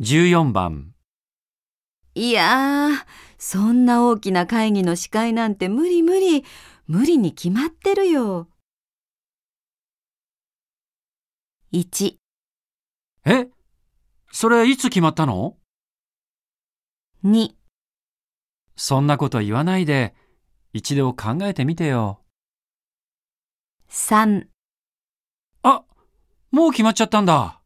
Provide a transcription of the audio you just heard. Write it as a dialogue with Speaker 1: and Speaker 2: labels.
Speaker 1: 14番、
Speaker 2: いやー、そんな大きな会議の司会なんて無理無理、無理に決まってるよ。1、
Speaker 1: えそれいつ決まったの
Speaker 2: 2、
Speaker 1: そんなこと言わないで、一度考えてみてよ。
Speaker 2: 3。
Speaker 1: あ、もう決まっちゃったんだ。